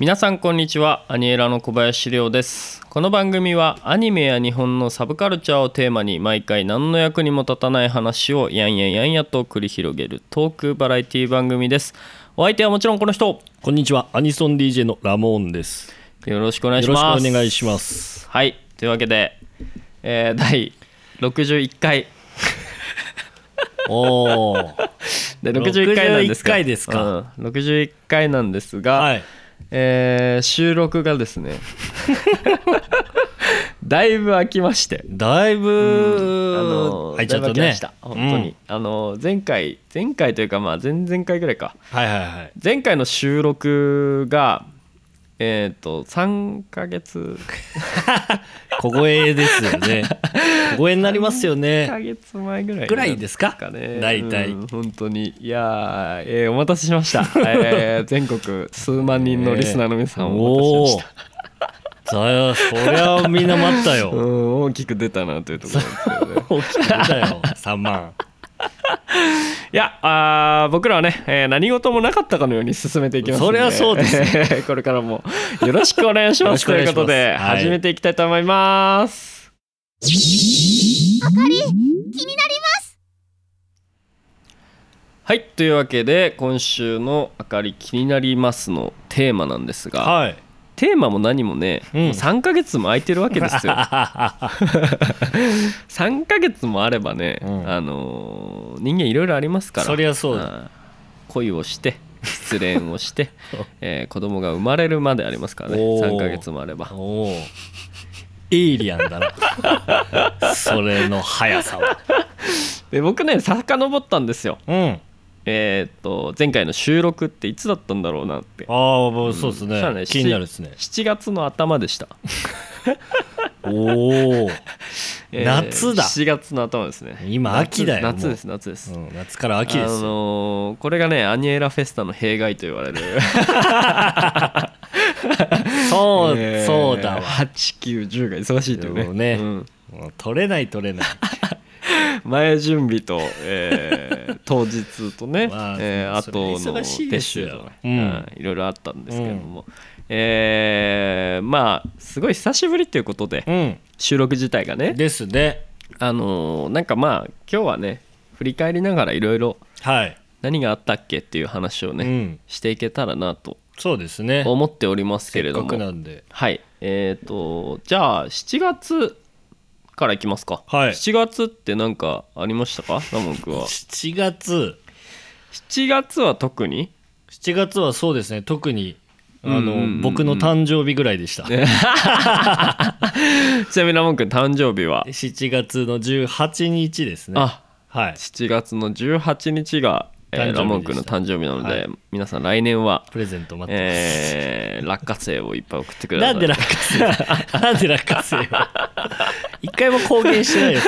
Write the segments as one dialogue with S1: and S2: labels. S1: 皆さんこんにちはアニエラの小林亮ですこの番組はアニメや日本のサブカルチャーをテーマに毎回何の役にも立たない話をやんやんやんやと繰り広げるトークバラエティ番組ですお相手はもちろんこの人
S2: こんにちは、アニソン DJ のラモーンです。
S1: よろしくお願いし
S2: よろし
S1: ます
S2: くお願いします。
S1: はいというわけで、えー第61回
S2: おお、
S1: で61回なんですが
S2: 61回ですか、
S1: うん、61回なんですが、
S2: はい、
S1: えー収録がです ね だいぶ空きまして
S2: だい
S1: あ
S2: ぶ
S1: の
S2: 入っちゃっ
S1: だい
S2: た
S1: ぶ空きま
S2: ね
S1: した。本当に、あの前回前回というかまあ前々回ぐらいか
S2: うん。はいはいはい。
S1: 前回の収録がえっ、と3ヶ月
S2: 小声ですよ ね。小声になりますよ
S1: 1ヶ
S2: ね。
S1: 月前ぐらい
S2: ぐらいですか
S1: かね
S2: 大体
S1: うん本当にいやー、えーお待たせしま した、えー全国数万人のリスナーの皆さんをお
S2: お
S1: 待たせし
S2: お
S1: ました、
S2: ー。ざそりゃみんな待った
S1: う
S2: よ。
S1: ん大きく出たなというところなんですけどね
S2: 大きく出たよ。三万。
S1: いやあー僕らはね、えー何事もなかったかのように進めていきますので
S2: そりゃそうです
S1: これからもよろしくお願いし
S2: よ
S1: ま
S2: ろ
S1: す
S2: し
S1: と
S2: く
S1: い
S2: お
S1: う
S2: 願い
S1: こ
S2: しま
S1: と
S2: す
S1: で
S2: はい
S1: 始めていきたいと思います、はい、というわけで今週の「あかり気になります」のテーマなんですが、
S2: はい。
S1: テーマも何もね、
S2: うん
S1: もう3ヶ月も空いてるわけです よ3ヶ月もあればね、
S2: うん
S1: あのー人間いろいろありますから
S2: そりゃそうだ
S1: あー恋をして失恋を して、えー子供が生まれるまでありますからね
S2: おー
S1: 3ヶ月もあれば
S2: おお。エイリアンだな。それの速さは。
S1: で僕ね遡ったんですよ
S2: うん。
S1: えーっと前回の収録っていつだったんだろうなって
S2: ああ、もうそうです
S1: そ
S2: ね
S1: したら。ね
S2: 気になるですね。
S1: 7月の頭で した、
S2: おお、夏だ
S1: 7月の頭ですね
S2: 今秋だよ
S1: 夏
S2: もう
S1: です夏です、
S2: うん、夏から秋で
S1: あ
S2: すよ。
S1: のーこれがねアニエラフェスタの弊害と言われる
S2: そう、
S1: えー
S2: そ うだわ。
S1: 8910が忙しいというね
S2: そうね
S1: ん
S2: もう取れない取れない。
S1: 前準備と、えー 当日とね、
S2: まあ
S1: えーあ
S2: そ
S1: と
S2: れ
S1: の
S2: 忙しい
S1: 撤
S2: です
S1: 収
S2: よ
S1: とね、
S2: うん
S1: はいいろいろあったんですけれども、えーまあすごい久しぶりと いうことで
S2: う
S1: 収録自体が
S2: ん、
S1: ね
S2: ですね。
S1: あのーなんかまあ今日はね振り返りながらいろいろ
S2: はい。
S1: 何があったっけっていう話をね、
S2: うん
S1: していけたらなと
S2: そうですね。
S1: 思っておりますけ
S2: せ
S1: れ
S2: っ
S1: ど
S2: か
S1: も
S2: くなんで。
S1: はいえー、とじゃあ7月からいきますか、
S2: はい
S1: 7月って何かありましたかラモン君は
S2: 7月、
S1: 7月は特に
S2: 7月はそうですね。特にあの、
S1: うんうんうん
S2: 僕の誕生日ぐらいでした。
S1: ちなみにラモン君誕生日は、
S2: 7月の18日ですね。
S1: あ
S2: はい。
S1: 7月の18日が、えー
S2: 誕生日でした
S1: ラモン君の誕生日なので、
S2: はい
S1: 皆さん来年は、
S2: プレゼント待ってます。
S1: えー、落花生をいっぱい送ってくださ
S2: ないんで落花生 なんで落花生を一回も貢献してないよ。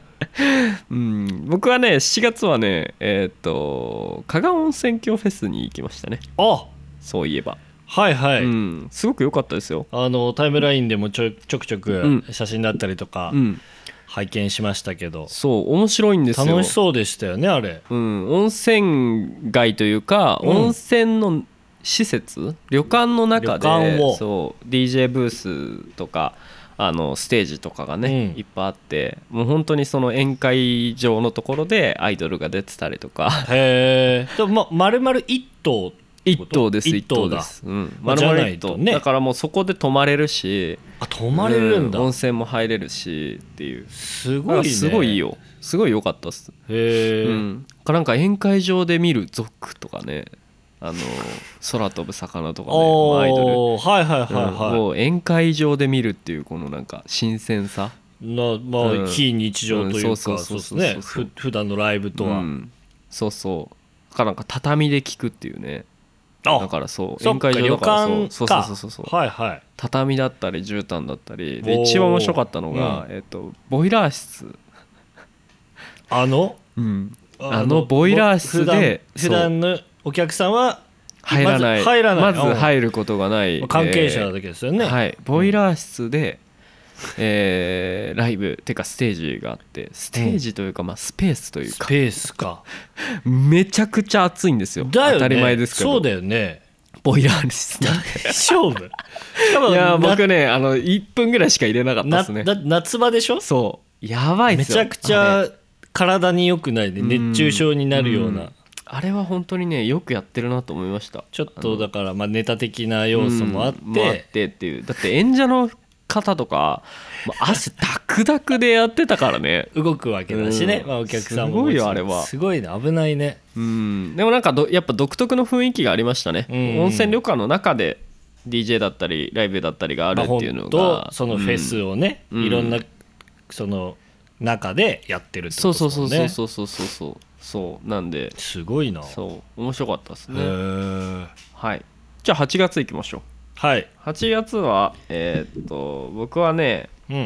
S1: うん僕はね7月はねえっ、と加賀温泉郷フェスに行きましたね
S2: あ
S1: そういえば、
S2: はいはい。
S1: うんすごく良かったですよ
S2: あのタイムラインでもちょちょくちょく
S1: う
S2: 写真だったりとか
S1: うん
S2: 拝見しましたけど、
S1: そう面白いんですよ
S2: 楽しそうでしたよねあれ
S1: うん、温泉街というか、
S2: うん
S1: 温泉の施設旅館の中で
S2: 旅館を
S1: そう DJ ブースとかあのステージとかがね、
S2: うん
S1: いっぱいあってもう本当にその宴会場のところでアイドルが出てたりと か
S2: へえでもま丸々一頭ってこ
S1: 一
S2: と
S1: 頭です
S2: 一
S1: 一
S2: 頭
S1: 頭
S2: だ
S1: です、うん、
S2: まあ
S1: 丸
S2: じゃ
S1: 々
S2: ない
S1: 一
S2: と
S1: 頭、
S2: ね
S1: だからもうそこで泊まれるし
S2: あ泊まれるんだ、
S1: う温泉も入れるしっていう
S2: す
S1: だか
S2: ごい
S1: ら
S2: ね
S1: すごいよすごい良かったっす
S2: へえ、
S1: うん、なんか宴会場で見るゾクとかねあの空飛ぶ魚とかねまあアイド
S2: おーはいはい
S1: ル、うん
S2: はいは
S1: を宴会場で見るっていうこのなんか新鮮さ
S2: い、なまあ、
S1: うん
S2: 非日常というか、
S1: うん
S2: そ
S1: そううそ
S2: で
S1: う
S2: す
S1: そうそう
S2: ねふ普段のライブとは、
S1: うんそうそうだからなんか畳で聞くっていうねだ
S2: あ
S1: からそう
S2: そっ
S1: 宴
S2: か
S1: 会
S2: 旅
S1: 場だから
S2: 館
S1: そうそう
S2: か
S1: そうそうそう
S2: はいはい
S1: 畳だったり絨毯だったり
S2: お
S1: で
S2: ー
S1: 一番面白かったのが、えっとボイラー室、
S2: あの
S1: あのボイラー室で
S2: 普段普段のお客さんは
S1: 入らない
S2: まず入らな
S1: ま
S2: い
S1: ず入ることがない
S2: 関係者だけですよね、
S1: はい、ボイラー室で、えーライブてかステージがあってステージというか、まあ、スペースという
S2: ス
S1: か
S2: ペースか
S1: めちゃくちゃ暑いんですよ
S2: だよね
S1: 当たり前ですけど
S2: そうだよね
S1: ボイラーですね
S2: 大丈夫
S1: い
S2: い
S1: やー僕ねあの1分ぐらいしか入れなかった
S2: な
S1: ですね
S2: だって夏場でしょ
S1: そうやばいっ
S2: め
S1: す
S2: ち
S1: よ
S2: ゃくち
S1: あれ
S2: ゃ体に良くないで熱中症になるよう
S1: う
S2: なん
S1: あれは本当にねよくやってるなと思いました
S2: ちょっとだからまあネタ的な要素もあっ
S1: うんもあっててっていうだって演者の方とかもう汗ダクダクでやってたからね
S2: 動くわけだしね
S1: うん
S2: まあお客さ
S1: す
S2: んも
S1: ごいよ
S2: もちろん
S1: あれは
S2: すごいね危ないね
S1: うんでもなんかどやっぱ独特の雰囲気がありましたね、
S2: うん
S1: 温泉旅館の中で DJ だったりライブだったりがある
S2: ま
S1: っ
S2: あ
S1: てい
S2: 本
S1: うのが、
S2: 当そのフェ
S1: うん
S2: スをね
S1: うん
S2: いろんなその中でやってるって
S1: そ
S2: こ
S1: うそ
S2: と
S1: う
S2: です
S1: そ
S2: も
S1: うんそうそ
S2: ね
S1: うそうそうそうそうなんです
S2: ごいなへ
S1: そう面白かったですね
S2: ー
S1: はいじゃあ8月行きましょ
S2: はい、
S1: う8月はえーっと僕はね
S2: うん、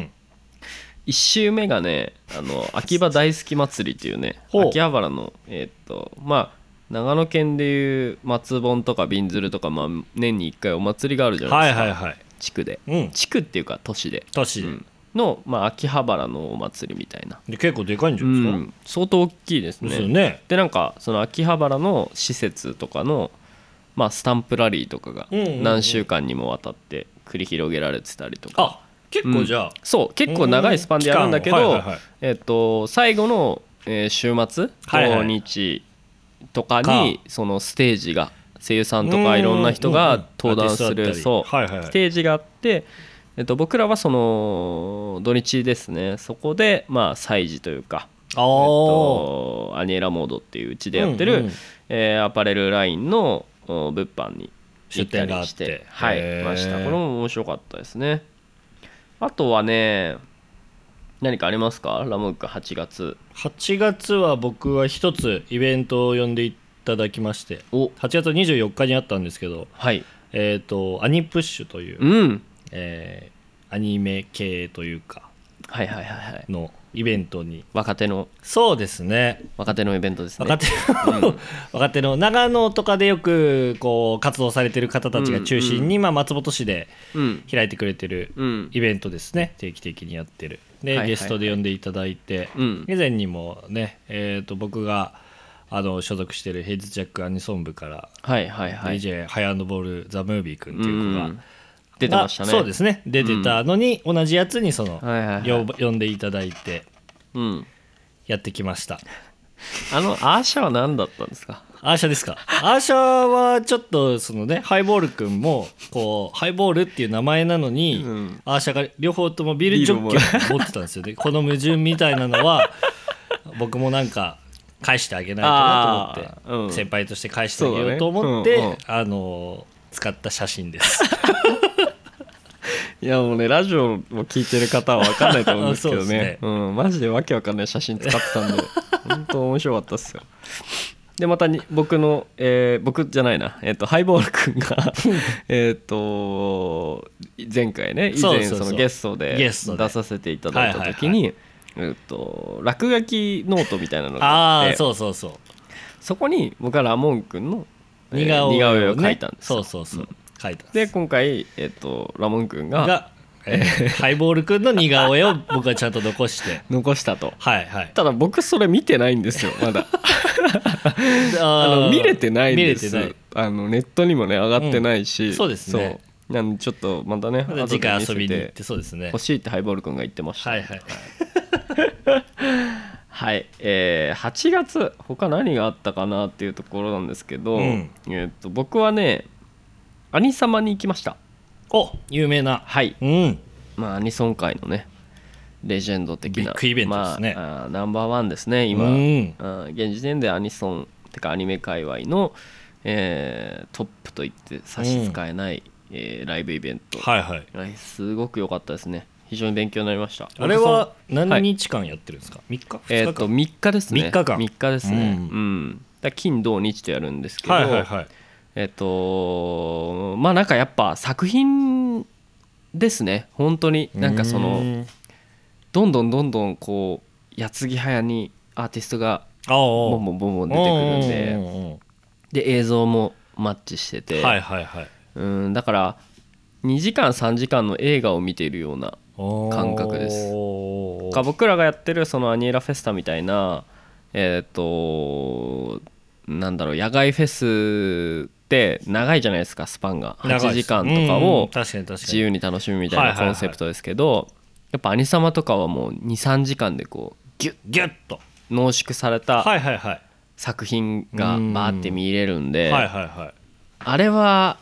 S1: 1周目がねあの秋葉大好き祭りっていうね
S2: ほう
S1: 秋葉原のえーっとまあ長野県でいう松盆とかびんずるとか、まあ、年に1回お祭りがあるじゃない
S2: は
S1: で
S2: い
S1: すか、
S2: はいはい
S1: 地区で
S2: うん
S1: 地区っていうか都市で、
S2: 都市、
S1: うんの、まあ、秋葉原のお祭りみたいな、
S2: で結構でかいんじ
S1: う
S2: ゃないですか、
S1: ん、相当大きいです
S2: で
S1: ね
S2: すよね
S1: でなんかその秋葉原の施設とかの、まあ、スタンプラリーとかが
S2: うんうんうん
S1: 何週間にもわたって繰り広げられてたりとか、
S2: あ結構じゃあ、
S1: そう結構長いスパンでやるんだけど、
S2: うん期間をはいはいはい
S1: えっと最後の、えー週末
S2: はいは
S1: 土
S2: い
S1: 日とかに、
S2: か
S1: そのステージが声優さんと
S2: う
S1: か
S2: ん
S1: いろんな人
S2: うんうん
S1: が登壇す
S2: アーテ
S1: る
S2: ィストだ
S1: そ
S2: っ
S1: う
S2: たりはいはい
S1: ステージがあって、えっと僕らはその土日ですねそこでまあ祭事というか、
S2: あ
S1: えっ
S2: ー
S1: とアニエラモードっていううちでやってる、
S2: うんうん
S1: えーアパレルラインのお物販に
S2: 出店があって
S1: 行たりは
S2: へ
S1: い
S2: ー
S1: ましたこれも面白かったですねあとはね何かありますかラモーク8月
S2: 8月は僕は一つイベントを呼んでいただきまして
S1: お
S2: 8月24日にあったんですけど
S1: はい
S2: えっ、とアニプッシュという、
S1: うん
S2: えーアニメ系というか
S1: はいはいはいはい
S2: のイベントに
S1: 若手の
S2: そうですね
S1: 若手のイベントですね
S2: 若手の、 若手の長野とかでよくこう活動されてる方たちが中心に、まあ、松本市で
S1: うん
S2: 開いてくれてる
S1: うん
S2: イベントですね定期的にやってるで、
S1: はいはいはい
S2: ゲストで呼んでいただいて、
S1: うん
S2: 以前にもね、えー、と僕があの所属してるヘイズ・ジャック・アニソン部から、
S1: はいはいはい
S2: DJ ハイアンドボール・ザ・ムービー君っていう子が、
S1: うん出てましたね
S2: がそうですね出てたのに、同じやつにその、
S1: はいはいはい
S2: 呼ば呼んでいただいて
S1: うん
S2: やってきました
S1: あのアーシャは何だったんですか
S2: アーシャですかアーシャはちょっとそのねハイボール君もこうハイボールっていう名前なのに、
S1: うん
S2: アーシャが両方ともビールジョッキを持ってたんですよねこの矛盾みたいなのは僕もなんか返してあげないとなと思って、
S1: あーうん
S2: 先輩として返してあげようと思っ
S1: そ
S2: て、
S1: うだね
S2: あの使った写真です
S1: いやもうねラジオを聞いてる方は分かんないと思うんですけど
S2: そう
S1: ね
S2: ですね
S1: うん、マジでわけわかんない写真使ってたんで本当面白かったっすよでまたに僕の、えー僕じゃないな、えっとハイボール君 がえっと前回ね以
S2: そう
S1: 前
S2: そう
S1: そ
S2: そう
S1: のゲストで
S2: ゲストで
S1: 出させていただいた時にえっと落書きノートみたいなのがあ
S2: あ
S1: っ
S2: あ
S1: て
S2: そうそうそう
S1: そこに僕はラモン君の、えー
S2: 似顔絵を,、
S1: を描いたんですよ
S2: そうそうそう、描いたん
S1: です今回、えっとラモン君が
S2: が、えーハイボール君の似顔絵を僕はちゃんと 残して
S1: 残したと
S2: はいはい
S1: ただ僕それ見てないんですよま だあ
S2: あ
S1: の見れてないんです
S2: 見れて
S1: あのネットにもね上がってないし、
S2: んそうですね
S1: そうなんでちょっとまたね
S2: ないまた次回遊びに
S1: 後で
S2: 行っ
S1: 見せ
S2: てそうですね
S1: 欲しいってハイボール君が言ってました
S2: はいはい
S1: はいえー8月他何があったかなっていうところなんですけど、
S2: うん
S1: えーっと僕はね兄様に行きました
S2: お有名な
S1: はい
S2: うん
S1: まあアニソン界のねレジェンド的な
S2: ビッグイベントですね
S1: まあ、あーナンバーワンですね今、
S2: うん
S1: あー現時点でアニソンてかアニメ界隈の、えートップと言って差し支えない、えーライブイベント、
S2: はいはい
S1: はいすごく良かったですね非常に勉強になりました
S2: あれ
S1: 僕そ
S2: は
S1: のは
S2: 何
S1: い
S2: 日間やってるんですか3日2日
S1: えーと3日ですね
S2: 3日間
S1: 3日ですね
S2: う
S1: うんん、だから金土日とやるんですけど、
S2: はいはいはい
S1: えっとまあなんかやっぱ作品ですね本当になんかそうの
S2: ん
S1: どんどんどんどんこう矢継ぎ早にアーティストが
S2: ああ
S1: ボンボンボンボン出てくるんで
S2: うんうんうん
S1: で映像もマッチしてて、
S2: はいはいはい
S1: うんだから2時間3時間の映画を見ているような感覚です
S2: おー
S1: か僕らがやってるそのアニエラフェスタみたいなえっ、となんだろう野外フェスって長いじゃないですかスパンが
S2: 長いです
S1: 8時間とかを
S2: うん確かに確か
S1: 自
S2: に
S1: 由に楽しむみたい
S2: はい
S1: な
S2: はいは
S1: コ
S2: い
S1: ンセプトですけどやっぱアニサマとかはもう23時間でこうギュッ
S2: ギュッと
S1: 濃縮された
S2: はいはいはい
S1: 作品がバーって見れるんで、
S2: はいはいはい
S1: あれは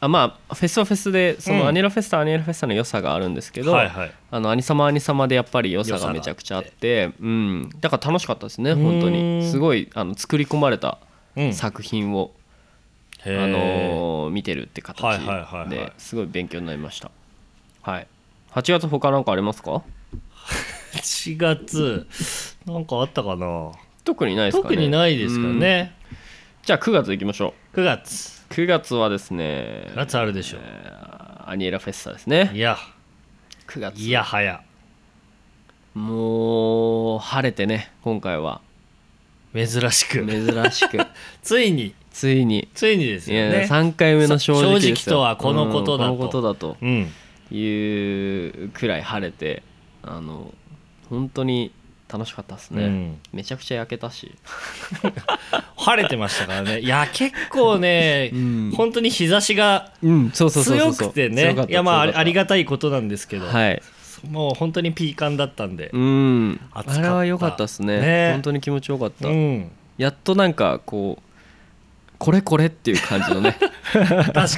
S1: あまあフェスはフェスでそうの
S2: ん
S1: アニエラフェスタはアニエラフェスタの良さがあるんですけど、
S2: はいはい
S1: あのアニサマアニサマでやっぱり良さがめちゃくちゃあってうん、だから楽しかったですね本当
S2: う
S1: に
S2: ん
S1: すごいあの作り込まれた
S2: うん
S1: 作品を、
S2: へー
S1: あのー見てるって形
S2: はいはいはいはい
S1: ですごい勉強になりましたはい8月他なんかありますか
S2: 8月なんかあったかな
S1: 特にないですかね
S2: 特にないですか
S1: うん
S2: ね
S1: じゃあ9月行きましょ
S2: 9月
S1: う9月はですね
S2: 9月あるでしょ
S1: えーアニエラフェスタですね
S2: いや
S1: 9月
S2: いやはや
S1: もう晴れてね今回は
S2: 珍しく
S1: 珍しく
S2: ついに
S1: ついに
S2: ついにです
S1: い
S2: よ
S1: や、
S2: ね
S1: 3回目の正直ですよ
S2: 正直とはこのことだ
S1: うん
S2: と
S1: このことだと
S2: うん
S1: いうくらい晴れてあの本当に楽しかったですね、
S2: うん
S1: めちゃくちゃ焼けたし、
S2: 晴れてましたからねいや結構ね
S1: ん
S2: 本当に日差しが
S1: うん、そうそうそうそ
S2: 強
S1: う
S2: くて
S1: 強
S2: ね
S1: かった
S2: いやまあ
S1: 強
S2: あ
S1: か
S2: り
S1: った
S2: ありがたいことなんですけど
S1: はい
S2: もう本当にピーカンだったんで
S1: うん
S2: 暑
S1: あ
S2: かった
S1: れは良かったですね
S2: ね
S1: 本当に気持ちよかった、
S2: うん
S1: やっとなんかこうこれこれっていう感じ のね
S2: 確かに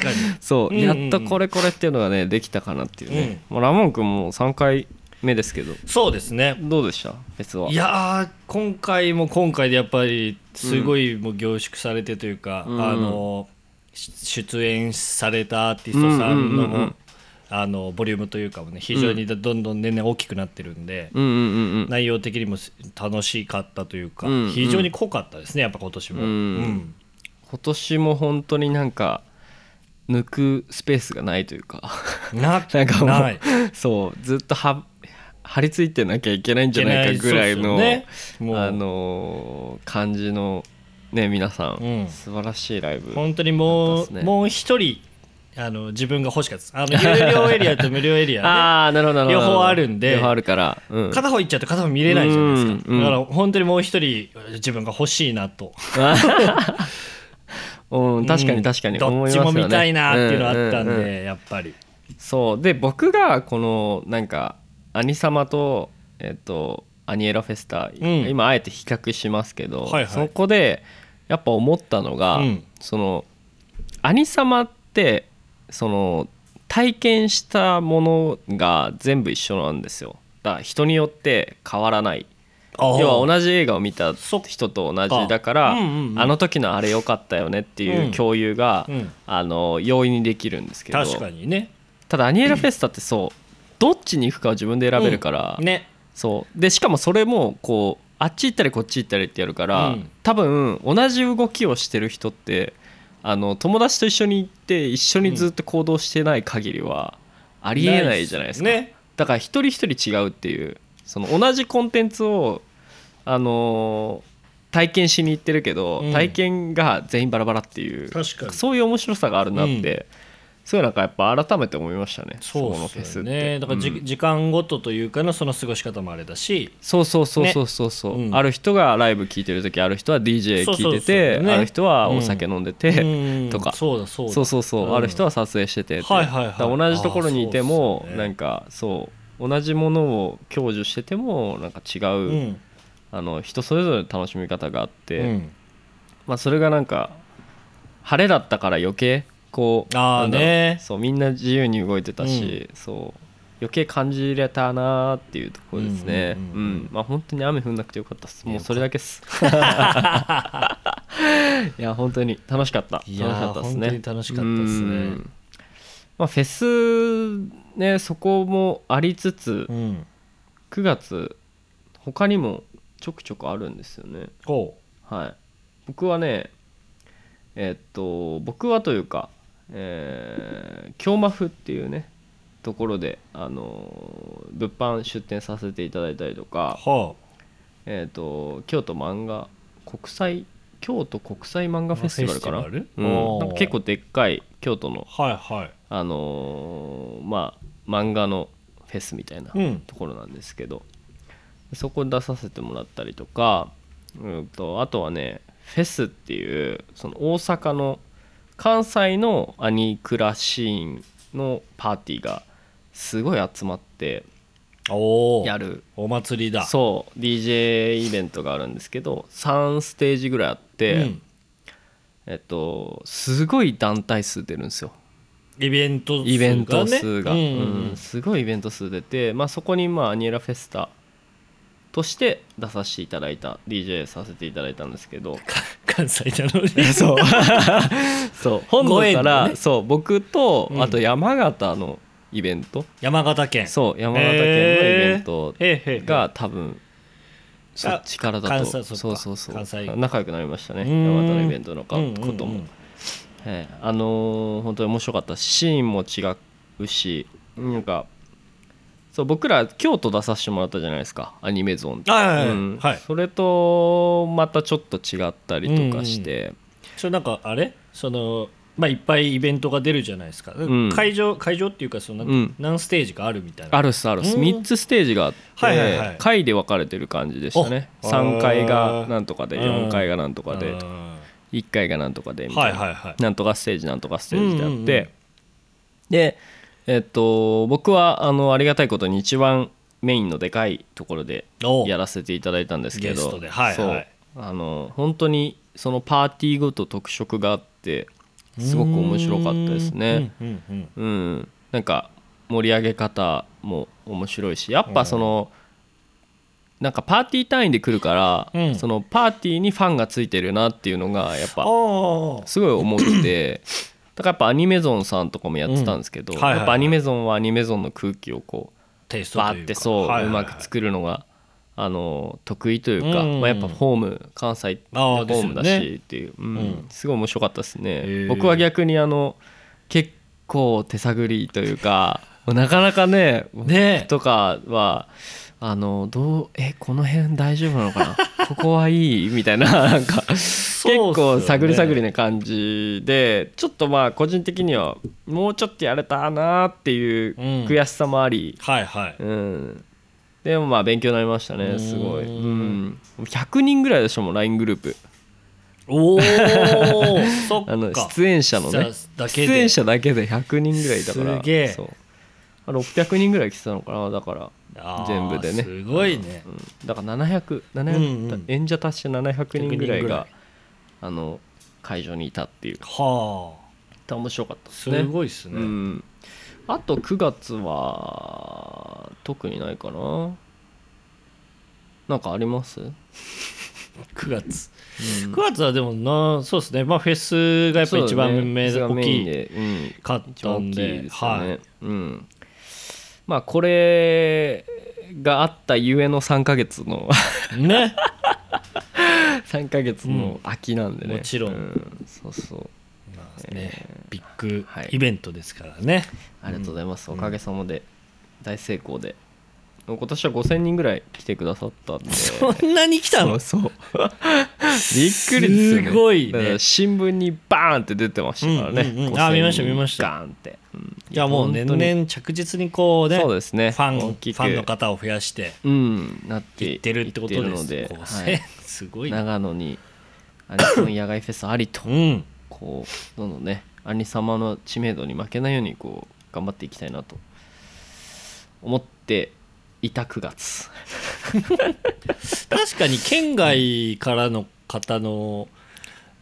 S1: そう、
S2: うんうんうん
S1: やっとこれこれっていうのがねできたかなっていうね、もうラモン君も3回目ですけど
S2: そうですね
S1: どうでした別はい
S2: やー今回も今回でやっぱりすごいもう凝縮されてというか、
S1: うん
S2: あのし出演されたアーティストさんの
S1: うんうんうんうん
S2: もあのボリュームというかもね非常にどんどん年々大きくなってるんで、
S1: うんうんうん
S2: 内容的にも楽しかったというか、
S1: うんうん
S2: 非常に濃かったですねやっぱ今年も、
S1: うん
S2: うん
S1: 今年も本当になんか抜くスペースがないというか
S2: な
S1: なんかもう
S2: ない
S1: そうずっとは張り付いてなきゃいけないんじゃないかぐらいの、
S2: そうっすよねもう
S1: あのー感じのね皆さん、
S2: うん
S1: 素晴らしいライブ
S2: 本当に
S1: 本
S2: も
S1: 当っ
S2: う、
S1: すね
S2: もう一人あの自分が欲しかったですあの有料エリアと無料エリア、ね、
S1: ああなるほどなるほど
S2: 両方あるんで
S1: 両方あるから、うん、
S2: 片方行っちゃって片方見れないじゃないですか、
S1: うんうん
S2: だから本当にもう一人自分が欲しいなと
S1: うん確かに確かに
S2: ど
S1: 思
S2: っ
S1: います
S2: ち
S1: よね
S2: も見たいなっていうのあったんで、
S1: ううう
S2: やっぱり
S1: そうで僕がこのなんかアニサマとえっとアニエラフェスタ、
S2: ん
S1: 今あえて比較しますけど、
S2: はいはい
S1: そこでやっぱ思ったのが、
S2: うん
S1: そのアニサマってその体験したものが全部一緒なんですよだから人によって変わらない
S2: ああ
S1: 要は同じ映画を見た
S2: そっか
S1: 人と同じだから、
S2: うんうんうん
S1: あの時のあれ良かったよねっていう共有が、
S2: うんうん
S1: あの容易にできるんですけど
S2: 確かにね
S1: ただアニエラフェスタってそうどっちに行くかを自分で選べるから、
S2: ね
S1: そうでしかもそれもこうあっち行ったりこっち行ったりってやるから、
S2: うん
S1: 多分同じ動きをしてる人ってあの友達と一緒に行って一緒にずっと行動してない限りはあ
S2: あ
S1: りえないじゃないですか、
S2: ね
S1: だから一人一人違うっていうその同じコンテンツを、あのー体験しに行ってるけど、
S2: うん
S1: 体験が全員バラバラっていう
S2: 確かに
S1: そういう面白さがあるなって、そういうなんかやっぱ改めて思いましたねこ
S2: そ
S1: の
S2: う
S1: フェ
S2: です
S1: スっ
S2: よ
S1: て
S2: ねだからじ、
S1: うん
S2: 時間ごとというかのその過ごし方もあれだし
S1: そうそうそうそうそうそう、
S2: ねうん
S1: ある人がライブ聴いてる時ある人は DJ 聴
S2: そうそう
S1: い
S2: そう
S1: てて
S2: ね
S1: ある人はお酒飲んでて、
S2: うん
S1: とか
S2: そうだそうだ
S1: そうそうそう、
S2: ん
S1: ある人は撮影しててって、
S2: はいはいはい
S1: だから同じところにいても、
S2: あーそうっすよね
S1: なんかそう同じものを享受しててもなんか違う、
S2: うん
S1: あの人それぞれの楽しみ方があっ
S2: う
S1: て、
S2: ん
S1: まあ、それがなんか晴れだったから余計こう
S2: あー
S1: なんだろう
S2: ね
S1: そうみんな自由に動いてたし、そう余計感じれたなーっていうところですねう
S2: うんんうんうんうん
S1: まあ本当に雨降んなくてよかったっすもうそれだけっ すいや本当に楽しかった楽
S2: い
S1: し
S2: やー
S1: かったですね
S2: 本当に楽しかったっすね
S1: うんまあフェスねそこもありつつ
S2: うん
S1: 9月他にもちょくちょくあるんですよね
S2: こ
S1: はい、僕はねえーっと僕はというか、えー、京マフっていうねところで、あのー物販出店させていただいたりと
S2: う
S1: か、
S2: は
S1: えーっと京都漫画国際京都国際漫画フェスティバルかな
S2: フェスティ
S1: う
S2: バル
S1: ん
S2: おー
S1: なんか結構でっかい京都の、
S2: あはいはい
S1: あのーまあ、漫画のフフェスみたいな
S2: うん
S1: ところなんですけど、そこに出させてもらったりとか、うん、とあとはねフェスっていうその大阪の関西のアニクラシーンのパーティーがすごい集まって
S2: おお
S1: やる
S2: お祭りだ
S1: そう DJ イベントがあるんですけど3ステージぐらいあって、
S2: うん
S1: えっと、すごい団体数出るんですよ
S2: イベント数が、ね、
S1: イベント数が、
S2: うん
S1: うんすごいイベント数出て、まあ、そこにまあアニエラフェスタとして出させていただいた DJ させていただいたんですけど
S2: か関西なのに
S1: そうそう本土か
S2: ご縁
S1: ら、
S2: のね
S1: そう僕と
S2: うん
S1: あと山形のイベント、
S2: 山形県
S1: そう山形県のイベント
S2: へーへーへー
S1: が多分そっちからだと
S2: 関西そっか
S1: そうそうそう
S2: 関西
S1: 仲良くなりましたね
S2: うーん
S1: 山形のイベントのかこ
S2: うん
S1: と
S2: うんう
S1: も
S2: ん
S1: はいあのー本当に面白かったしシーンも違うしなんかそう僕ら京都出させてもらったじゃないですかアニメゾーンって、
S2: はいはいはい
S1: うん
S2: はい
S1: それとまたちょっと違ったりとかして、
S2: それなんかあれそのまあいっぱいイベントが出るじゃないですか、
S1: ん
S2: 会場会場っていうかその、
S1: うん
S2: 何ステージかあるみたいな
S1: あるっすあるっす
S2: うん
S1: 3つステージがあって、
S2: はいはいはい
S1: 階で分かれてる感じでしたね
S2: お
S1: 3階がなんとかで
S2: うん
S1: 4階がなんとかで
S2: うんは
S1: 1階がなんとかで
S2: い
S1: みたいな、
S2: はいはい
S1: なんとかステージなんとかステージであって、
S2: うんうんうん
S1: でえっと僕はあのありがたいことに一番メインのでかいところで
S2: お
S1: やらせていただいたんですけど
S2: ゲストではいはい
S1: そうあの本当にそのパーティーごと特色があってすごく面白かったですね。
S2: うんうんうん
S1: うん、なんか盛り上げ方も面白いしやっぱその、なんかパーティー単位で来るから、
S2: うん
S1: そのパーティーにファンがついてるなっていうのがやっぱ
S2: ああ
S1: すごい思って てだからやっぱアニメゾンさんとかもやってたんですけど、
S2: うんはいはいはい
S1: やっぱアニメゾンはアニメゾンの空気をこ
S2: テイス
S1: う
S2: トと
S1: バ
S2: いうか
S1: ーってそう、
S2: はいはいはいう
S1: まく作るのがあの得意というか、
S2: うん
S1: まあ、やっぱホーム関西って
S2: あ
S1: ホ
S2: ーです
S1: ー
S2: よ
S1: ム
S2: ね
S1: だしっていう、うん
S2: うん
S1: すごい面白かったですね、
S2: ー
S1: 僕は逆にあの結構手探りという かなかなかね
S2: ね
S1: とかはあのどうえこの辺大丈夫なの かなここはいいみたいななんか結
S2: よね
S1: 構探り探りな感じでちょっとまあ個人的にはもうちょっとやれたなっていう
S2: うん
S1: 悔しさもあり、
S2: はいはい
S1: うんでもまあ勉強になりましたねすごい、
S2: う
S1: うん、100人ぐらいでしょもう LINE グループ
S2: おお そっか
S1: あの出演者のね
S2: 出演だけ
S1: 出
S2: で
S1: 演者だけで100人ぐらいいたから
S2: すげえ
S1: そうあ600人ぐらい来てたのかなだから
S2: あー
S1: 全部でね
S2: すごいね、
S1: うんだから700、700
S2: うんうん
S1: 演者達して700人ぐらい
S2: 100人ぐら
S1: が
S2: い
S1: あの会場にいたっていう
S2: は
S1: 面白かった
S2: あ
S1: です
S2: す
S1: ね
S2: ごいっすね
S1: うん、あと9月は特にないかななんかあります、
S2: 9月
S1: うん
S2: 9月はでもなそうですねまあフェスがやっぱ一番目
S1: そうだね
S2: 大き
S1: 一番メ
S2: い
S1: インでうん
S2: かっ
S1: 一
S2: た
S1: 番大
S2: ん
S1: きい
S2: で
S1: ですよね、
S2: はい
S1: うんまあこれがあったゆえの3ヶ月の
S2: ね
S1: 3ヶ月の秋なんでね、
S2: うんもちろん
S1: そうそう
S2: まあねビッグ
S1: はい
S2: イベントですからね
S1: ありがとうございます、おかげさまで大成功で今年は5000人ぐらい来てくださったんで
S2: そんなに来たの
S1: そう びっくりですよね
S2: すごいね
S1: だから新聞にバーンって出てましたからね、
S2: うんうんうん
S1: 5000
S2: あ見ました見ました
S1: ガーンって、うん
S2: いやもう
S1: 本
S2: 年
S1: 当に
S2: 々着実にこうね
S1: そうですね
S2: ファン
S1: 大
S2: フ
S1: きく
S2: ァンの方を増やして
S1: うんなって
S2: いってるってこと
S1: い
S2: で
S1: るの
S2: す
S1: で、
S2: こう
S1: はい
S2: すごいね
S1: 長野にアニソン 野外フェスありと
S2: うん
S1: こうどんどんねアニ様の知名度に負けないようにこう頑張っていきたいなと思っていた9月
S2: 確かに県外からの方の、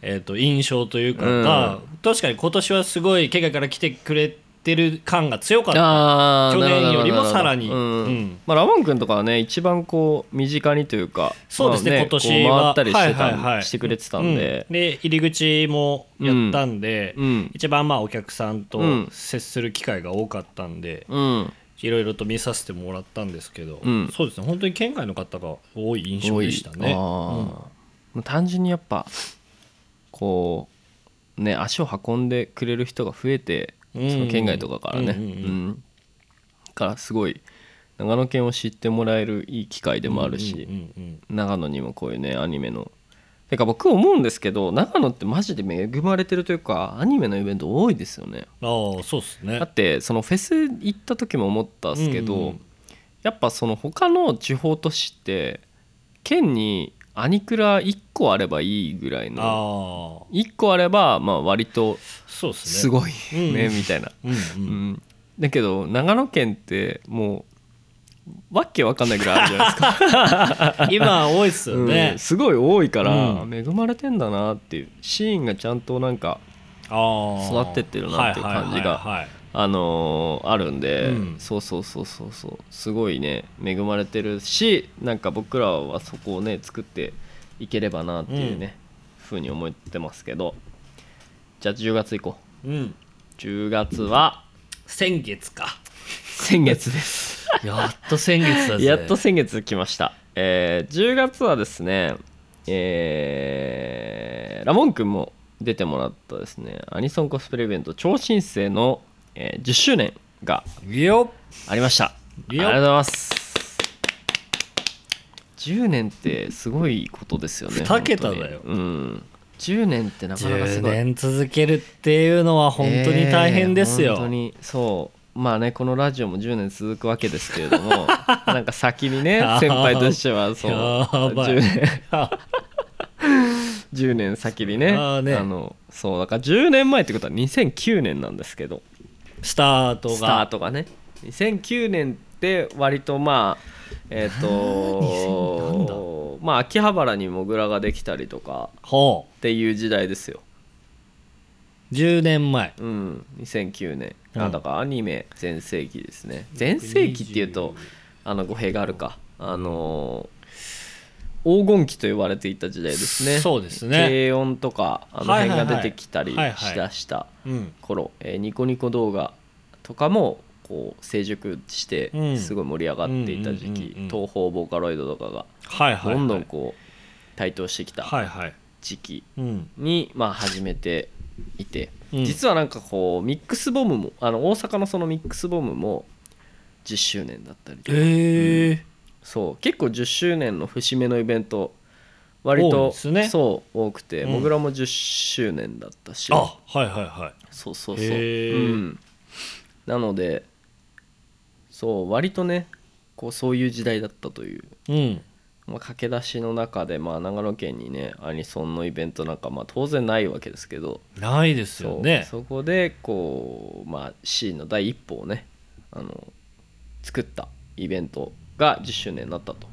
S2: えー、と印象というか
S1: うん
S2: が、確かに今年はすごい県外から来てくれてる感が強かった。
S1: あー
S2: 去年
S1: なるほど
S2: よりも
S1: なるほど
S2: さらに
S1: うん
S2: うん
S1: まあ、ラモン君とかはね一番こう身近にというか
S2: そうですね,、
S1: まあ
S2: 今年
S1: こう
S2: は
S1: 回ったりしてたん、
S2: はいはいはい
S1: してくれてたんで
S2: うん、で入り口もやったんで、
S1: うん
S2: 一番まあお客さんと
S1: うん
S2: 接する機会が多かったんで、
S1: うん
S2: いろいろと見させてもらったんですけど、
S1: うん
S2: そうですね本当に県外の方が多い印象でした
S1: 多い
S2: ね
S1: あー。もう単純にやっぱこうね足を運んでくれる人が増えて、
S2: うん
S1: その県外とかからね、
S2: うんうんうん
S1: うんだからすごい長野県を知ってもらえるいい機会でもあるし、
S2: うんうんうん
S1: 長野にもこういうねアニメのてか僕思うんですけど長野ってマジで恵まれてるというかアニメのイベント多いですよね
S2: ああそうっすね
S1: だってそのフェス行った時も思ったんですけど、
S2: うんうん
S1: やっぱその他の地方都市って県にアニクラ1個あればいいぐらい
S2: あ
S1: の
S2: あ
S1: 1個あればまあ割と
S2: そうっすね
S1: すごいね
S2: うん
S1: みたいな、
S2: うんう
S1: うんん、だけど長野県ってもうわけわかんないぐらいあるじゃないですか
S2: 今多いっすよ
S1: う
S2: ね
S1: ん、すごい多いから
S2: うん
S1: 恵まれてんだなっていうシーンがちゃんとなんか
S2: ああ
S1: 育ってってるなっていう感じが
S2: はいはいはいはい
S1: あのーあるんで、
S2: うん
S1: そうそうそうそうそうすごいね恵まれてるしなんか僕らはそこをね作っていければなっていうね、ふうに思ってますけどじゃあ10月行こ
S2: うん
S1: う10月は
S2: 先月か
S1: 先月です
S2: やっと先月だぜ
S1: やっと先月来ました、えー10月はですねえーラモン君も出てもらったですねアニソンコスプレイベント超新星の、えー10周年が
S2: よ
S1: ありましたあり
S2: いい
S1: が
S2: よ
S1: とうございます10年ってすごいことですよね
S2: 二桁
S1: 本当に
S2: だよ
S1: うん10年ってなかなかす
S2: 10
S1: ごい
S2: 年続けるっていうのは本当に大変ですよ、
S1: えー本当にそうまあねこのラジオも10年続くわけですけれど もなんか先にね
S2: あー
S1: 先輩としてはそう
S2: やばい
S1: 10年 10年先にね
S2: あーね
S1: のそうだから10年前ってことは2009年なんですけど
S2: スタートが
S1: スタートがね2009年って割とまあえっ、 とまあ秋葉原にモグラができたりとか
S2: ほ
S1: っていう時代ですよ
S2: う10年前
S1: うん、2009年
S2: うん
S1: あだからアニメ全盛期ですね全盛期っていうとあの語弊があるかあのー黄金期と呼ばれていた時代ですね
S2: そうですね
S1: 軽音とかあの
S2: はい
S1: 辺
S2: はいは
S1: が
S2: い
S1: 出てきたり
S2: はいはい
S1: しだした
S2: うん
S1: 頃、えーニコニコ動画とかもこう成熟して
S2: うん
S1: すごい盛り上がっていた時期、
S2: うんうんうんうん
S1: 東宝ボーカロイドとかが
S2: はいはいはい
S1: どんどんこう台頭してきた
S2: はいはい
S1: 時期
S2: うん
S1: に、まあ、始めていて、
S2: うん
S1: 実はなんかこうミックスボムもあの大阪のそのミックスボムも10周年だったりとか
S2: ええ
S1: そう結構10周年の節目のイベント割
S2: 多い
S1: と
S2: ですね
S1: そう多くて
S2: うん
S1: もぐらも10周年だったし、
S2: あはいはいはい
S1: そうそうそう、う
S2: へー
S1: ん、なのでそう割とねこうそういう時代だったという
S2: うん
S1: まあ、駆け出しの中で、まあ、長野県にねアニソンのイベントなんか、まあ、当然ないわけですけど
S2: ないですよ
S1: そう
S2: ね
S1: そこでこう、まあ、C の第一歩をねあの作ったイベントが10周年になったと、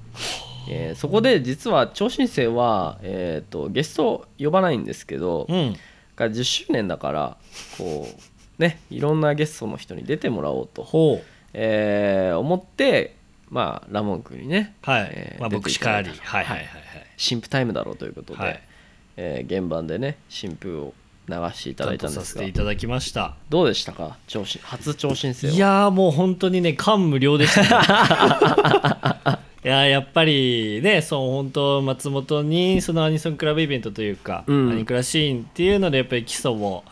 S1: えーそこで実は超新星は、えー、とゲストを呼ばないんですけど
S2: うん
S1: が10周年だからこうねいろんなゲストの人に出てもらおうと、
S2: ほう
S1: えー思って、まあ、ラモン君にね
S2: はい、
S1: えー
S2: まあ、
S1: 出て
S2: 僕しかり
S1: いただいた
S2: はいはいはい
S1: 新婦タイムだろうということで、
S2: はいはい
S1: えー現場でね新婦を流していただ
S2: 担
S1: い
S2: 当
S1: たんで
S2: さ
S1: す
S2: せ
S1: が
S2: ていただきました
S1: どうでしたか超新初超新星はい
S2: やーもう本当にね感無量で した、ね、いやーやっぱりねその本当松本にそのアニソンクラブイベントというか、
S1: うん
S2: アニクラシーンっていうのでやっぱり基礎を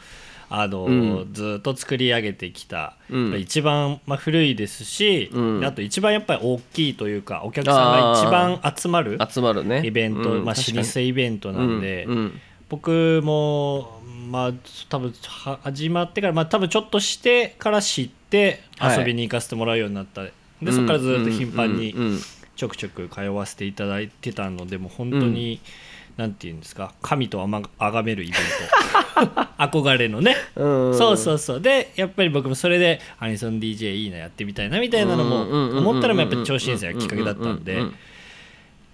S2: あのー、ずーっと作り上げてきた、
S1: うん
S2: 一番、まあ、古いですし、
S1: うん
S2: あと一番やっぱり大きいというかお客さんが一番集まる
S1: 集まるね
S2: イベント、
S1: うん
S2: まあ、
S1: 確
S2: 老
S1: かに
S2: 舗イベントなんで、
S1: うんうん
S2: 僕もまあ多分は始まってからまあ多分ちょっとしてから知って
S1: はい
S2: 遊びに行かせてもらうようになった、でそこからずっと頻繁
S1: うんう
S2: に
S1: んうん
S2: ちょくちょく通わせていただいてたのでもう本当に、なんていうんですか神とあま崇めるイベント憧れのね
S1: うん
S2: そうそううそうでやっぱり僕もそれでアニソン DJ いいなやってみたいなみたいなのも思ったらもやっぱり超新星がきっかけだったんで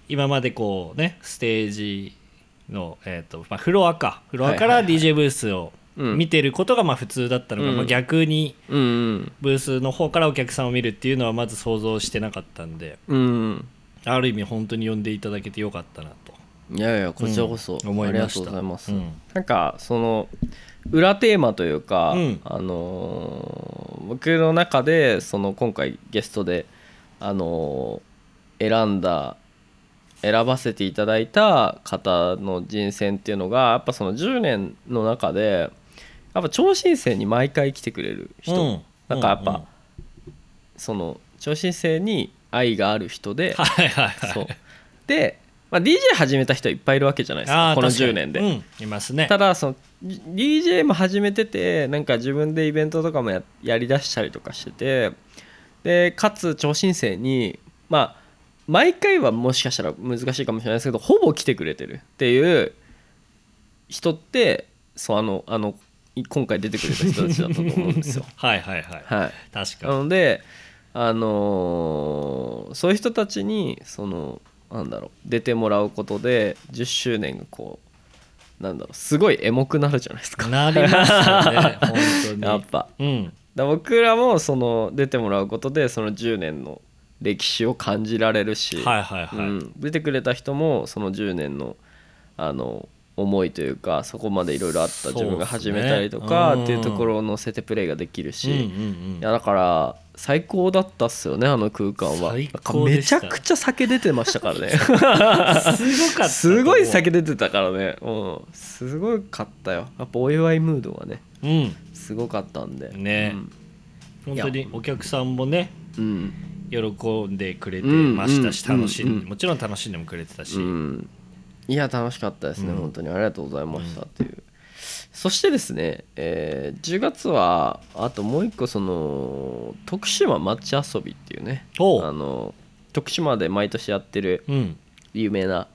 S2: 今までこうねステージの、えーとまあ、フロアかフロアか
S1: は
S2: ら
S1: いはい
S2: DJ ブースを
S1: うん
S2: 見てることがまあ普通だったのが、
S1: うん
S2: まあ、逆に
S1: うんうん
S2: ブースの方からお客さんを見るっていうのはまず想像してなかったんで
S1: うん
S2: ある意味本当に呼んでいただけてよかったなと
S1: いやいやこちらこそ、
S2: うん思
S1: あ
S2: い
S1: りが
S2: まし
S1: と
S2: た
S1: うございます、
S2: うん
S1: なんかその裏テーマというか、
S2: うん
S1: あのー僕の中でその今回ゲストであのー選んだ選ばせていただいた方の人選っていうのがやっぱその10年の中でやっぱ超新星に毎回来てくれる人、
S2: うん
S1: なんかやっぱ、
S2: うんうん
S1: その超新星に愛がある人で
S2: はいはいはい
S1: そうでまあ、DJ 始めた人いっぱいいるわけじゃないですか
S2: ー
S1: この
S2: 確かに
S1: 10年で、
S2: うんいますね。
S1: ただその DJ も始めててなんか自分でイベントとかもややりだしたりとかしててでかつ超新星にまあ毎回はもしかしたら難しいかもしれないですけどほぼ来てくれてるっていう人ってそうあのあのい今回出てくれた人たちだったと思うんですよ
S2: はいはいはい
S1: はい、
S2: 確か
S1: なので、あのーそういう人たちにそのなんだろう出てもらうことで10周年がこうなんだろうすごいエモくなるじゃないですか
S2: になりますよ ね
S1: や
S2: 本
S1: っぱ。
S2: 当にうん
S1: だ僕らもその出てもらうことでその10年の歴史を感じられるし、
S2: はいはいはい、
S1: うん、出てくれた人もその10年のあの思いというかそこまでいろいろあった自分が始めたりと
S2: そう
S1: か
S2: っ
S1: っ
S2: す
S1: て
S2: ね
S1: いうところを乗せてプレイができるし、
S2: うんうんうん
S1: い やだから最高だったっすよねあの空間は
S2: 最高で
S1: め
S2: し
S1: ち
S2: た
S1: ゃくちゃ酒出てました からね
S2: すごかった
S1: すごい
S2: 先
S1: 酒出てたからねうんすごかったよやっぱお祝いムードがね
S2: うん
S1: すごかったんで
S2: ね本当にお客さんもね
S1: うん、うん
S2: 喜んでくれてましたし
S1: うんうん
S2: 楽し
S1: うん
S2: ん
S1: う
S2: で
S1: ん
S2: もちろん楽しんでもくれてたし、
S1: うん、いや楽しかったですね、
S2: うん
S1: 本当にありがとうございましたっていう、そしてですね、えー10月はあともう一個その徳島町遊びっていうね
S2: おう
S1: あの徳島で毎年やってる
S2: うん、
S1: 有名な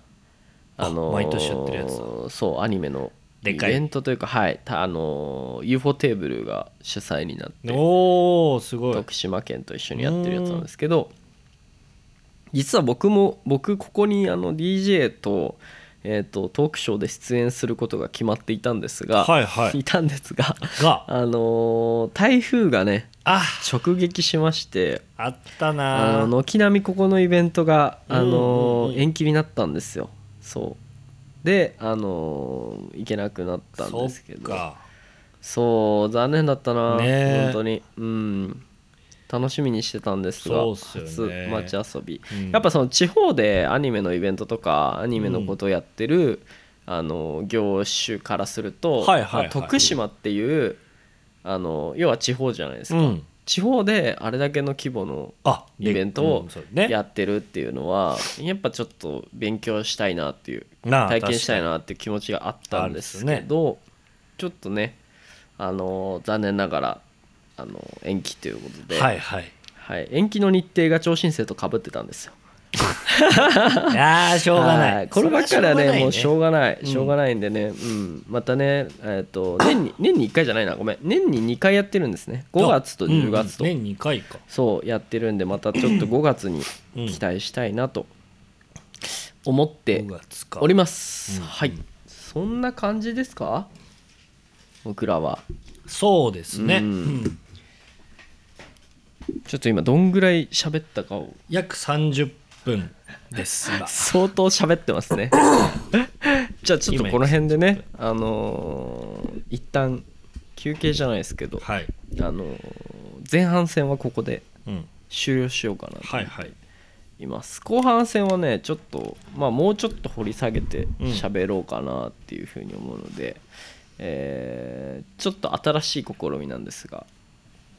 S2: あ毎年やってるやつ
S1: そうアニメの
S2: で
S1: イ
S2: かい
S1: ベントというかはいたあのー UFO テーブルが主催になって
S2: おおすごい
S1: 徳島県と一緒にやってるやつなんですけど実は僕も僕ここにあの DJ と,、えー、とトークショーで出演することが決まっていたんですが、
S2: はいはい
S1: いたんですが
S2: が
S1: あのー台風がね
S2: あ
S1: 直撃しまして
S2: あった
S1: あ
S2: な
S1: の軒並みここのイベントが、あ
S2: うん
S1: の
S2: うんうん
S1: 延期になったんですよそうであの行けなくなったん
S2: そ
S1: ですけ
S2: っ
S1: ど
S2: か
S1: そう残念だったな、
S2: ねえ
S1: 本当にうん楽しみにしてたんですが
S2: そうっすよね
S1: 初街遊び、
S2: うん
S1: やっぱその地方でアニメのイベントとかアニメのことをやってる、あの業種からすると、
S2: はいはいはい
S1: まあ徳島っていうあの要は地方じゃないです
S2: う
S1: か、
S2: ん
S1: 地方であれだけの規模の
S2: あ
S1: イベント
S2: う
S1: を
S2: んそうね
S1: やってるっていうのはやっぱちょっと勉強したいなっていう
S2: なあ
S1: 体験したい
S2: 確
S1: なっていう気持ちがあったんですけどちょっとねあの残念ながらあの延期ということ
S2: か
S1: で、
S2: にはいはい
S1: はい延期の日程が超新星とかぶってたんですよ。
S2: いやーしょうがな
S1: はいこればっかりは
S2: それ
S1: ね
S2: しょうがない
S1: もうしょうがない
S2: ん
S1: しょうがないんでね、うんまたね、えっと年に年に1回じゃないなごめん年に2回やってるんですね5月と10月と
S2: うんうん年2回か
S1: そうやってるんでまたち ょっと5月に
S2: うん
S1: 期待したいなと思って
S2: 5月か
S1: おります、
S2: うん
S1: はいそんな感じですか僕らは
S2: そうですね、
S1: うん
S2: うん
S1: ちょっと今どんぐらい喋ったかを
S2: 約30分です今
S1: 相当喋ってます ねじゃあちょっとこの辺でねあのー一旦休憩じゃないですけど、
S2: はい、
S1: あのー前半戦はここで
S2: うん、
S1: 終了しようかなと
S2: はいはい
S1: います後半戦はねちょっとまあもうちょっと掘り下げて
S2: うん
S1: 喋ろうかなっていうふうに思うので、えーちょっと新しい試みなんですが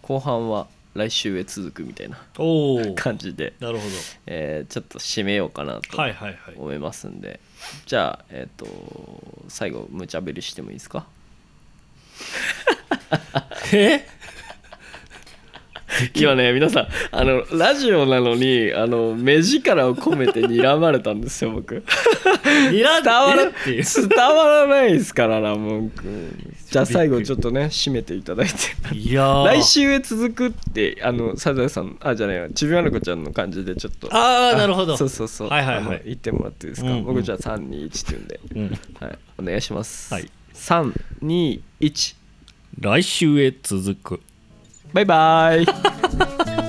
S1: 後半は来週へ続くみたいな
S2: おお
S1: 感じで、
S2: なるほ
S1: えーちょっと締めようかなと
S2: どはいはいはい
S1: 思いますんで、じゃあえっ、と最後無茶ぶりしてもいいですか
S2: え
S1: 今ね皆さんあのラジオなのにあの目力を込めて睨まれたんですよ僕。
S2: いら
S1: 伝わら
S2: っていう
S1: 伝わらないですからな文句じゃあ最後ちょっとね締めていただいて
S2: いやー
S1: 来週へ続くってあのサザエさんあじゃないわちびまる子ちゃんの感じでちょっと
S2: ああなるほど
S1: そうそうそう
S2: はいはいは
S1: あの
S2: い
S1: 言ってもらっていいですか、
S2: うんうん
S1: 僕じゃあ321って言うんで、
S2: うん
S1: はい、お願いします、
S2: はい、
S1: 321
S2: 来週へ続く
S1: バイバイ